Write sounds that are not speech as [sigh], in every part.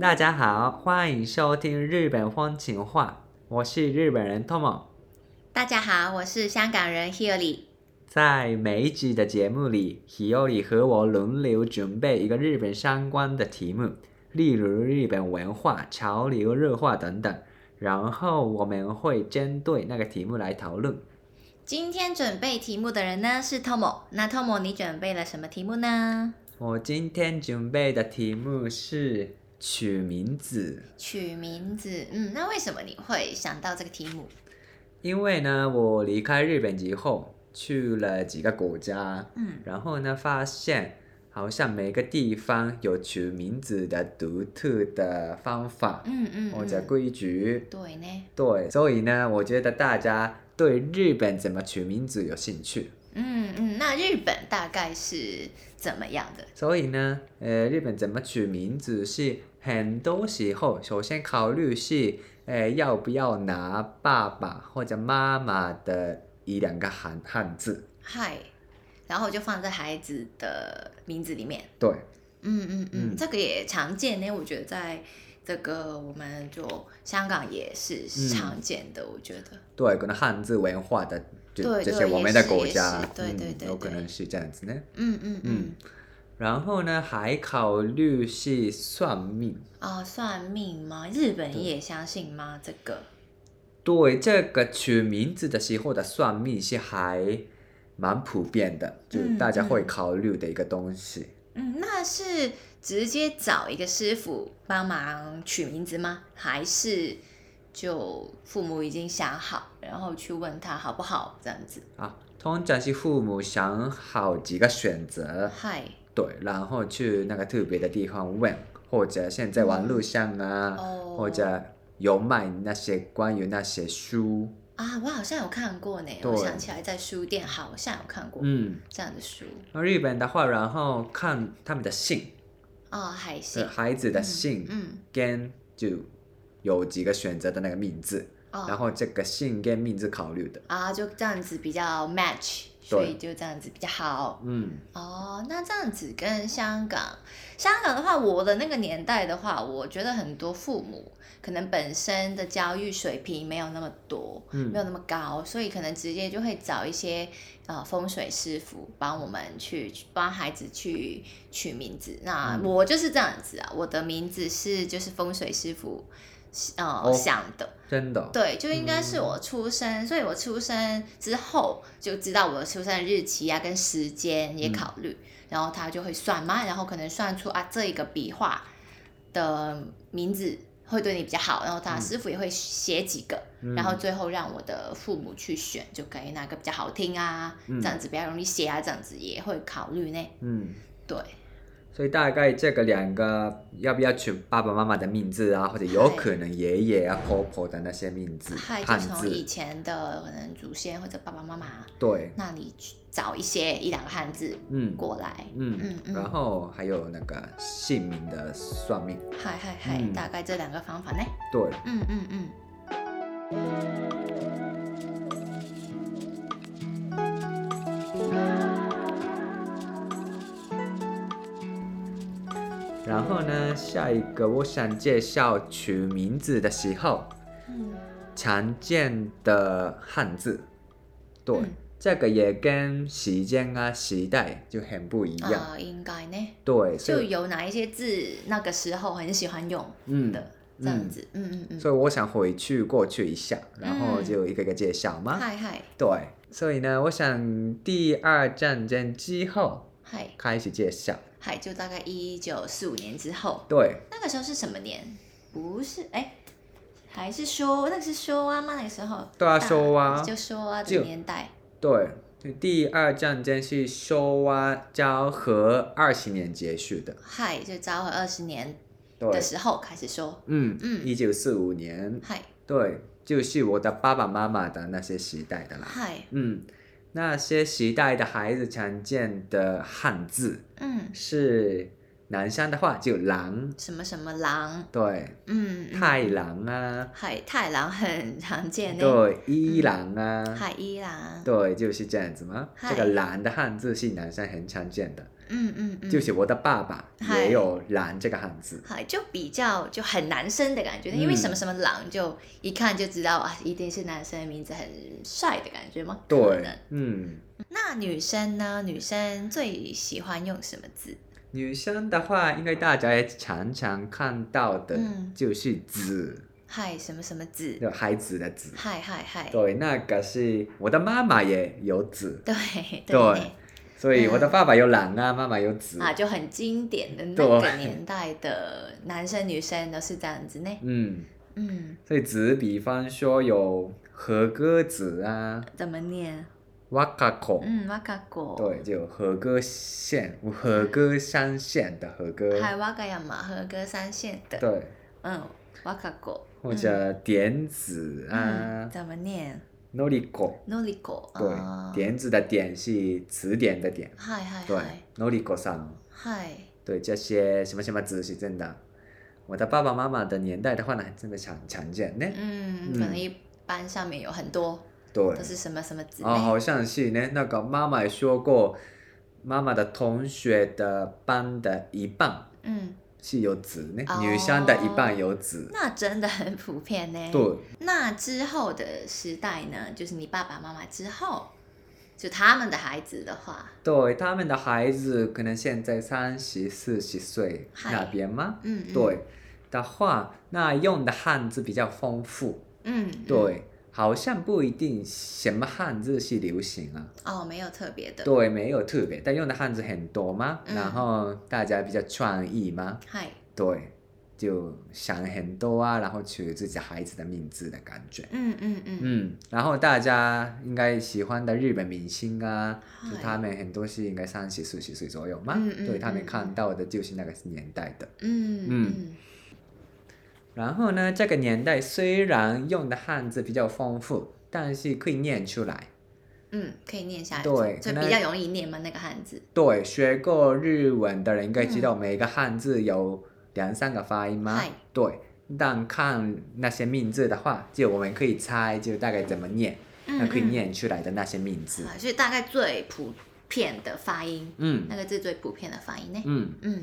大家好，欢迎收听日本风情话，我是日本人 Tomo。大家好，我是香港人 Hilary。在每一集的节目里，Hiyori 和我轮流准备一个日本相关的题目，例如日本文化、潮流、热化等等，然后我们会针对那个题目来讨论。今天准备题目的人呢是 Tomo，那 Tomo 你准备了什么题目呢？我今天准备的题目是取名字。取名字，嗯，那为什么你会想到这个题目？因为呢，我离开日本以后去了几个国家，嗯然后呢，发现好像每个地方有取名字的独特的方法嗯嗯，或者嗯规矩。对呢，对，所以呢，我觉得大家对日本怎么取名字有兴趣。嗯嗯，那日本大概是怎么样的？所以呢，呃，日本怎么取名字是很多时候首先考虑是，呃，要不要拿爸爸或者妈妈的一两个汉汉字。嗨，然后就放在孩子的名字里面。对，嗯嗯嗯嗯，这个也常见呢，我觉得在这个我们就香港也是常见的，我觉得。对，可能汉字文化的这对这对些我也们的是国也家是，对对嗯，对有可对能是这样子呢。嗯嗯嗯嗯，然后呢，还考虑是算命。哦，算命吗？日本对也相信吗？这个？对这个取名字的时候的算命是还蛮普遍的，就是嗯大家会嗯考虑的一个东西。嗯，那是直接找一个师傅帮忙取名字吗？还是就父母已经想好，然后去问他好不好这样子？啊，通常是父母想好几个选择，嗨，对，然后去那个特别的地方问，或者现在网络上啊，哦，或者有卖那些关于那些书，啊，我好像有看过呢，对我想起来在书店好像有看过嗯，这样的书。那日本的话，然后看他们的姓，哦，还行呃，孩子的嗯姓嗯，跟就有几个选择的那个名字，哦，然后这个姓跟名字考虑的，啊，就这样子比较 match，所以就这样子比较好。嗯，哦，那这样子跟香港，香港的话，我的那个年代的话，我觉得很多父母可能本身的教育水平没有那么多，嗯没有那么高，所以可能直接就会找一些呃风水师傅帮我们去帮孩子去取名字。那嗯我就是这样子啊，我的名字是就是风水师傅呃、哦想的，真的，对，就应该是嗯我出生，所以我出生之后就知道我的出生的日期啊，跟时间嗯也考虑，然后他就会算嘛，然后可能算出啊这一个笔画的名字会对你比较好，然后他嗯师傅也会写几个，嗯然后最后让我的父母去选，就可以哪个比较好听啊，嗯这样子比较容易写啊，这样子也会考虑呢。嗯，对，所以大概这个两个要不要取爸爸妈妈的名字啊，或者有嗨可能爷爷啊、婆婆的那些名字、还嗯汉就从以字，前的可能祖先或者爸爸妈妈对，那里去找一些一两个汉字嗯过来。嗯嗯，嗯然后还有那个姓名的算命，嗨嗨嗨嗯，大概这两个方法呢。对，嗯嗯嗯。然后呢，下一个我想介绍取名字的时候嗯常见的汉字，对，嗯这个也跟时间啊、时代就很不一样，啊、应该呢，对，所就以有哪一些字那个时候很喜欢用嗯的，这样子，嗯嗯嗯，所以我想回去过去一下，然后嗯就一个一个介绍嘛。嗨嗨对，所以呢，我想第二战争之后嗨开始介绍。嗨，就大概一九四五年之后，对，那个时候是什么年？不是，哎，还是说那个是说啊吗？那个时候，对啊大说啊就说啊的就年代，对，就第二战争是昭和昭和二十年结束的。嗨，就昭和二十年对的，时候开始说，嗯嗯一九四五年，嗨对，就是我的爸爸妈妈的那些时代的啦。嗨，嗯，那些时代的孩子常见的汉字嗯，是南山的话就狼，什么什么狼，对，嗯，嗯太郎啊，海太郎很常见呢。对，伊朗啊，海伊郎，对，就是这样子嘛。嗯嗨这个“狼”的汉字是男生很常见的，嗯嗯嗯，就是我的爸爸嗨也有“郎”这个汉字。好，就比较就很男生的感觉，因为嗯什么什么狼就一看就知道啊，一定是男生的名字很帅的感觉吗？可对能，嗯，那女生呢？女生最喜欢用什么字？女生的话，应该大家也常常看到的嗯就是“子嗨，什么什么”，字？就孩子的“子嗨嗨”。嗨，对，那个是我的妈妈也有“子对”，对，所以我的嗯爸爸有“郎”啊，妈妈有“子啊，”。就很经典的那个对年代的男生女生都是这样子呢。嗯，嗯，所以“子”比方说有和歌子啊、怎么念？哇卡口，嗯，瓦卡果。。对，就和歌县、和歌山县的和歌，嗨，瓦嘎亚马和歌山县的。对，嗯，瓦卡果。或者点子嗯，啊、怎么念？ n o r i k o 诺里果。啊对，点子的点是词典的点，嗨嗨对嗨 n o r i k o 上，嗨，对这些什么什么字是真的。我的爸爸妈妈的年代的话呢，真的常常见呢。嗯，嗯可能一班上面有很多对都，是什么什么字哦，呢？好像是呢。那个妈妈也说过，妈妈的同学的班的一半嗯，是有子呢，哦女生的一半有子。那真的很普遍呢。对，那之后的时代呢，就是你爸爸妈妈之后，就他们的孩子的话，对，他们的孩子可能现在三十、四十岁嗨那边吗？嗯，嗯，对的话，那用的汉字比较丰富。嗯，嗯，对，好像不一定什么汉字是流行啊。哦，没有特别的，对，没有特别，但用的汉字很多嘛，嗯然后大家比较创意嘛，嗨，对，就想很多啊，然后取自己孩子的名字的感觉。嗯嗯嗯，嗯，然后大家应该喜欢的日本明星啊，就嗨他们很多是应该三十、四十岁左右嘛，嗯嗯对他们嗯看到的就是那个年代的。嗯嗯嗯然后呢，这个年代虽然用的汉字比较丰富，但是可以念出来。嗯，可以念下来，对就可能比较容易念嘛，那个汉字，对，学过日文的人应该知道每个汉字有两三个发音吗？嗨对，但看那些名字的话，就我们可以猜，就大概怎么念，那嗯，可以念出来的那些名字嗯，。啊，所以大概最普遍的发音，嗯那个字最普遍的发音呢，嗯，嗯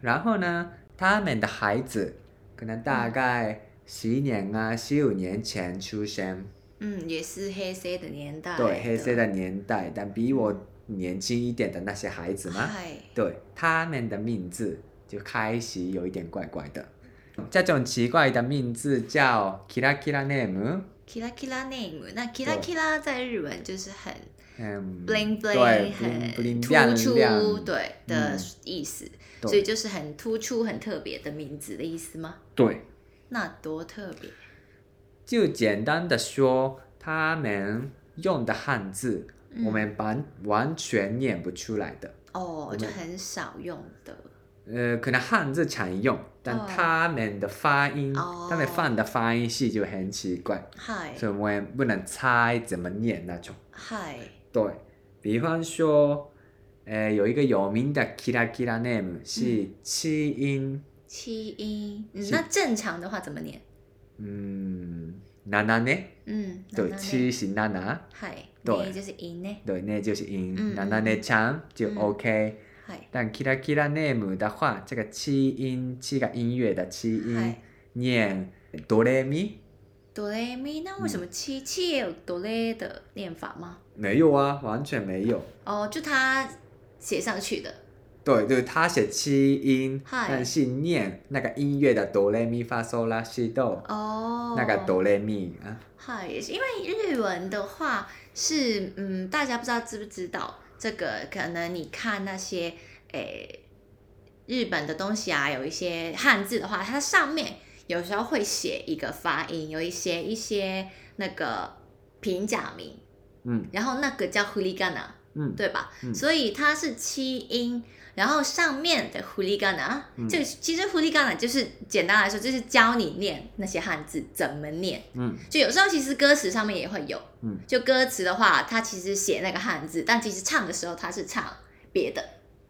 然后呢，他们的孩子可能大概十年啊、十五年前出生，嗯，也是黑色的年代，对，黑色的年代，但比我年轻一点的那些孩子嘛，嗨，对他们的名字就开始有一点怪怪的。这种奇怪的名字叫 Kira Kira Name， kira kira name，那 kira kira 在日文就是很嗯 bling 对 bling， ，bling 很 bling 突亮出，亮，对的嗯意思，对所以就是很突出、很特别的名字的意思吗？对，那多特别，就简单的说，他们用的汉字，嗯我们完完全念不出来的。哦，们就很少用的，呃，可能汉字常用，哦但他们的发音，哦哎他们放的发音系就很奇怪，嗨所以我们不能猜怎么念那种。嗨，对，比方说，呃，有一个有名的 Kira Kira 嗯 name 是七音，七音，嗯是那正常的话怎么念？嗯，娜娜呢？嗯，对，那那七是娜娜，嗨，对呢就是音呢，对，那就是嗯音，嗯娜娜呢唱就嗯 OK。嗨但 Kira Kira name 的话，这个七音，七个音乐的七嗯音嗨，，念哆来咪。哆来咪，那为什么嗯七七也有哆来的念法吗？没有啊，完全没有。哦，就它写上去的，对对，他写七音，嗨但是念那个音乐的哆来咪发嗦啦西哆，哦，那个哆来咪啊，嗨，因为日文的话是，嗯，大家不知道知不知道这个？可能你看那些诶日本的东西啊，有一些汉字的话，它上面有时候会写一个发音，有一些一些那个平假名，嗯然后那个叫 huligana，嗯，对吧？嗯所以它是七音，然后上面的 huligana，、嗯就其实 huligana 就是简单来说就是教你念那些汉字怎么念。嗯就有时候其实歌词上面也会有，嗯就歌词的话，它其实写那个汉字，但其实唱的时候它是唱别的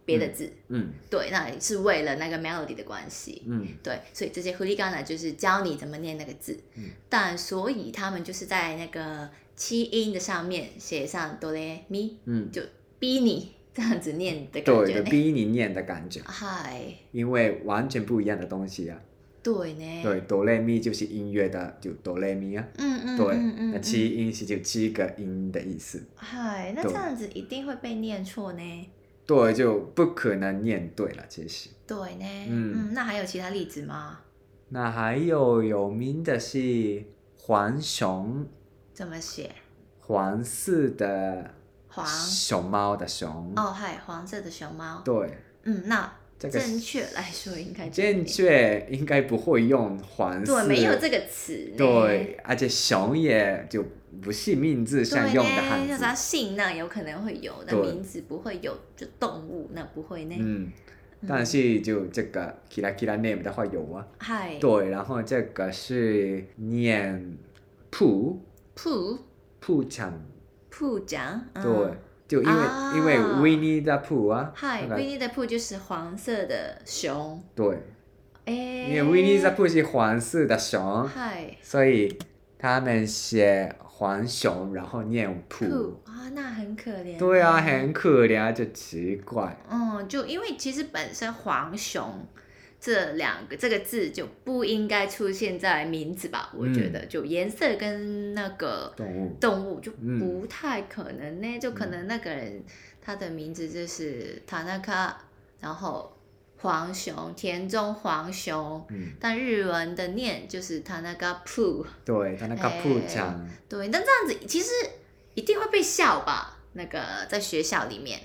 别的字，嗯对，那也是为了那个 melody 的关系，嗯对，所以这些 hooligan 呢就是教你怎么念那个字，嗯但所以他们就是在那个七音的上面写上哆来咪，嗯，就逼你这样子念的感对的，觉呢。逼你念的感觉，嗨，因为完全不一样的东西啊。对呢。对，哆来咪就是音乐的，就哆来咪啊。嗯，嗯嗯对，嗯嗯，那七音是就七个音的意思。嗨，那对这样子一定会被念错呢。对，就不可能念对了，其实。对呢，嗯嗯那还有其他例子吗？那还有有名的是黄熊，怎么写？黄色的黄熊猫的熊。哦，嗨，黄色的熊猫。对，嗯，那这个正确来说应该怎么正念确应该不会用黄色。对，没有这个词呢。对，而且熊也就不是名字对上呢，用的汉要字。找姓那有可能会有，那对名字不会有，就动物那不会呢。嗯，嗯但是就这个 kira kira name 的话有啊。嗨，对，然后这个是念铺铺铺场，铺长，嗯对，就因为、啊因为维尼的铺啊，嗨那个，Winnie the Pooh 就是黄色的熊，对，哎，因为维尼的铺是黄色的熊，嗨，所以他们写黄熊，然后念铺兔。啊，那很可怜。哦对啊，很可怜，就奇怪。嗯，就因为其实本身黄熊这两个这个字就不应该出现在名字吧？我嗯觉得就颜色跟那个动物动物就嗯不太可能呢，就可能那个人他的名字就是塔纳卡，然后黄熊田中黄熊。嗯，但日文的念就是塔那个 poo，对，他那个哎铺场。对，但这样子其实一定会被笑吧？那个在学校里面，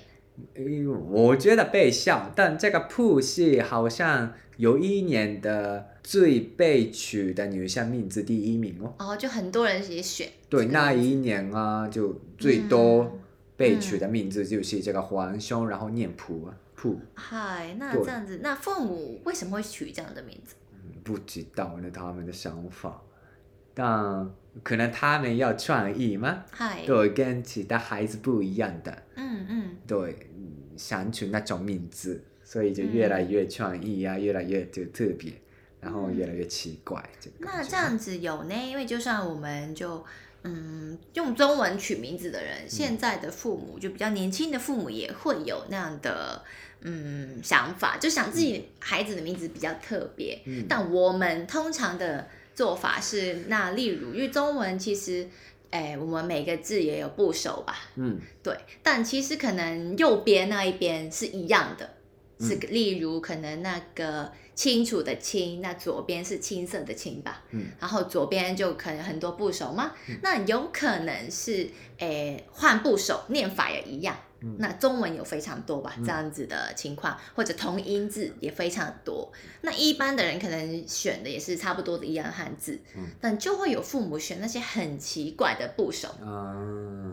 因为我觉得被笑，但这个铺是好像有一年的最被取的女生名字第一名哦。然后就很多人也选这对，个名字。那一年啊，就最多被取的名字就是这个皇兄，然后念普啊，普嗨，那对这样子，那父母为什么会取这样的名字？嗯不知道呢他们的想法，但可能他们要创意吗？嗨，对，跟其他孩子不一样的，嗯嗯，对，嗯想取那种名字，所以就越来越创意啊，越来越就特别，然后越来越奇怪。这个感那觉这样子有呢？因为就算我们就嗯用中文取名字的人，现在的父母就比较年轻的父母也会有那样的嗯想法，就想自己孩子的名字比较特别。嗯但我们通常的做法是，那例如因为中文其实。哎，我们每个字也有部首吧，嗯对，但其实可能右边那一边是一样的，嗯是例如可能那个清楚的清，那左边是青色的青吧，嗯然后左边就可能很多部首嘛，嗯那有可能是诶换部首，念法也一样。嗯那中文有非常多吧，嗯这样子的情况，或者同音字也非常多。那一般的人可能选的也是差不多的一样汉字，嗯但就会有父母选那些很奇怪的部首，啊，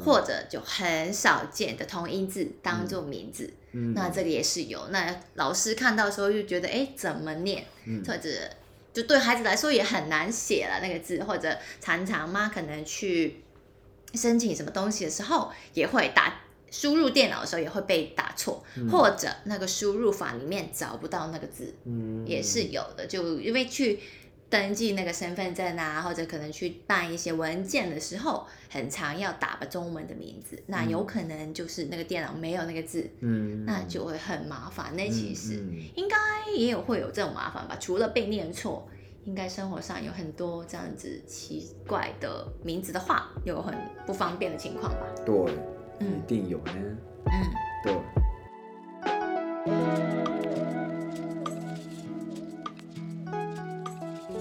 或者就很少见的同音字当做名字，嗯那这个也是有。那老师看到的时候就觉得，哎，怎么念？嗯或者就对孩子来说也很难写了那个字，或者常常妈可能去申请什么东西的时候，也会打输入电脑的时候也会被打错，嗯或者那个输入法里面找不到那个字，嗯也是有的，就因为去登记那个身份证啊，或者可能去办一些文件的时候，很常要打吧中文的名字，那有可能就是那个电脑没有那个字，嗯，那就会很麻烦。那嗯其实嗯应该也有会有这种麻烦吧，除了被念错。应该生活上有很多这样子奇怪的名字的话，有很不方便的情况吧。对，一嗯定有呢，嗯，对。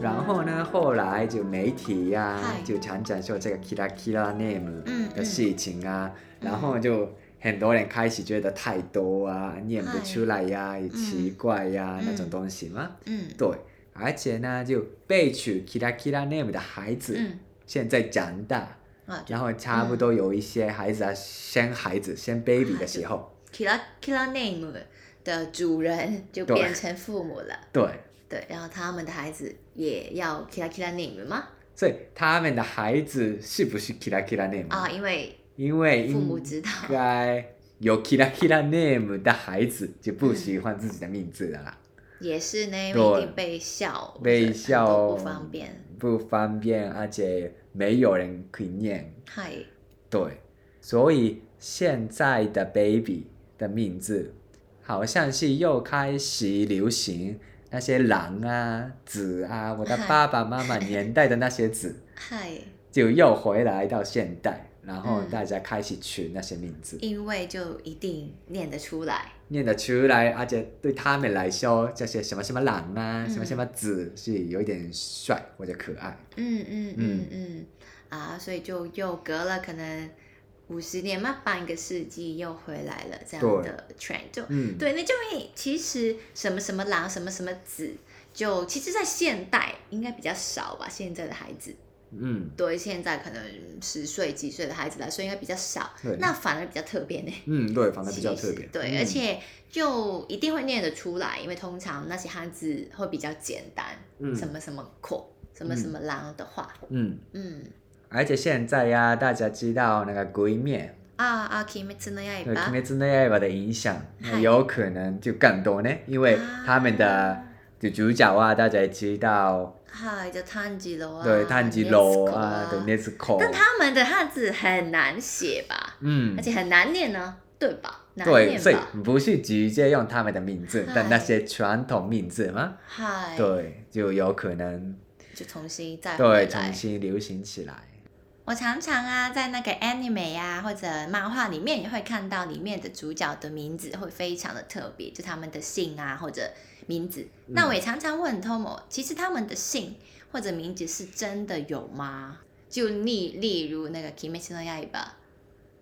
然后呢，后来就媒体呀、嗨就常常说这个 kira kira name，嗯的事情啊，嗯然后就很多人开始觉得太多啊，念不出来呀、也奇怪呀、嗯那种东西嘛。嗯对，而且呢，就被取 “kira kira name” 的孩子，嗯现在长大，啊，就然后差不多有一些孩子啊，生孩子、生 baby 的时候， Kira Kira Name 的主人就对变成父母了。对，对，然后他们的孩子也要 kira kira name 吗？所以他们的孩子是不是 “kira kira name”？、啊，因为因为父母应知道。该有 “kira kira name” 的孩子就不喜欢自己的名字了啦。也是呢，因对为一定被笑，被或者很笑多不方便。不方便，而且没有人可以念。嗨，对，所以现在的 baby 的名字，好像是又开始流行那些狼啊、子啊，我的爸爸妈妈年代的那些子，嗨，就又回来到现代，然后嗯大家开始取那些名字，因为就一定念得出来，念得出来，而且对他们来说，这些什么什么狼啊、嗯什么什么子是有一点帅或者可爱。嗯嗯嗯嗯，啊，所以就又隔了可能五十年嘛，半个世纪又回来了这样的 trend，就嗯，对，那就会其实什么什么狼，什么什么子，就其实，在现代应该比较少吧，现在的孩子。嗯，对，现在可能十岁、几岁的孩子来说，应该比较少，对，那反而比较特别呢。嗯对，嗯反正比较特其别实。对，嗯而且就一定会念得出来，因为通常那些汉字会比较简单，嗯什么什么阔，什么什么狼的话，嗯，嗯而且现在呀，大家知道那个鬼灭啊啊，kimetsu no 对《 yaiba，鬼灭之刃》啊的影响，嗨有可能就更多呢，因为他们的啊就主角啊，大家也知道，嗨，就炭治郎啊，对炭治郎 Nezuko 啊，对 n e z u k 但 o 他们的汉字很难写吧，嗯而，且很难念呢，对吧？难对，念所以吧？不是直接用他们的名字，嗨但那些传统名字嘛，嗨，对，就有可能就重新再回对重哎来。新流行起来。我常常啊，在那个 anime 啊或者漫画里面也会看到里面的主角的名字会非常的特别，就他们的姓啊或者名字。嗯那我也常常问 Tomo，其实他们的姓或者名字是真的有吗？就例例如那个 Kimetsu no Yaiba，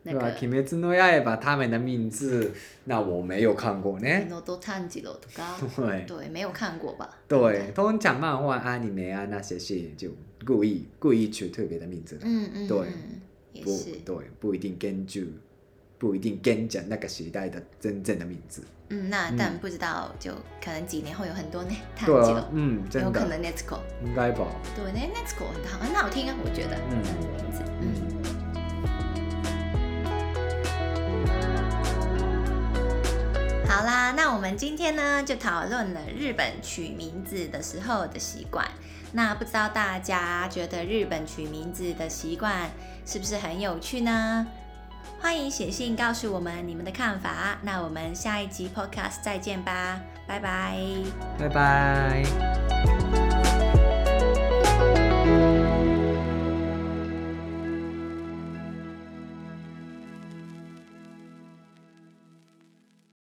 那对啊吧？个《鬼灭之刃》把他们的名字，那我没有看过呢。 n o d o t a n j i r o [laughs] とか，对对，没有看过吧？对，通常漫画、阿尼梅啊那些是就故意故意取特别的名字的。嗯嗯，对嗯，也不是，对，不一定根据，不一定跟着那个时代的真正的名字。嗯，那嗯但不知道，就可能几年后有很多呢 t a n 对 j i r 啊 o，嗯，真有可的，能 Netsuko。应该吧。对，那 Nextco 很好，很好听啊，我觉得。嗯这个名字，嗯。嗯，好啦，那我们今天呢就讨论了日本取名字的时候的习惯。那不知道大家觉得日本取名字的习惯是不是很有趣呢？欢迎写信告诉我们你们的看法。那我们下一集 Podcast 再见吧，拜拜。拜拜。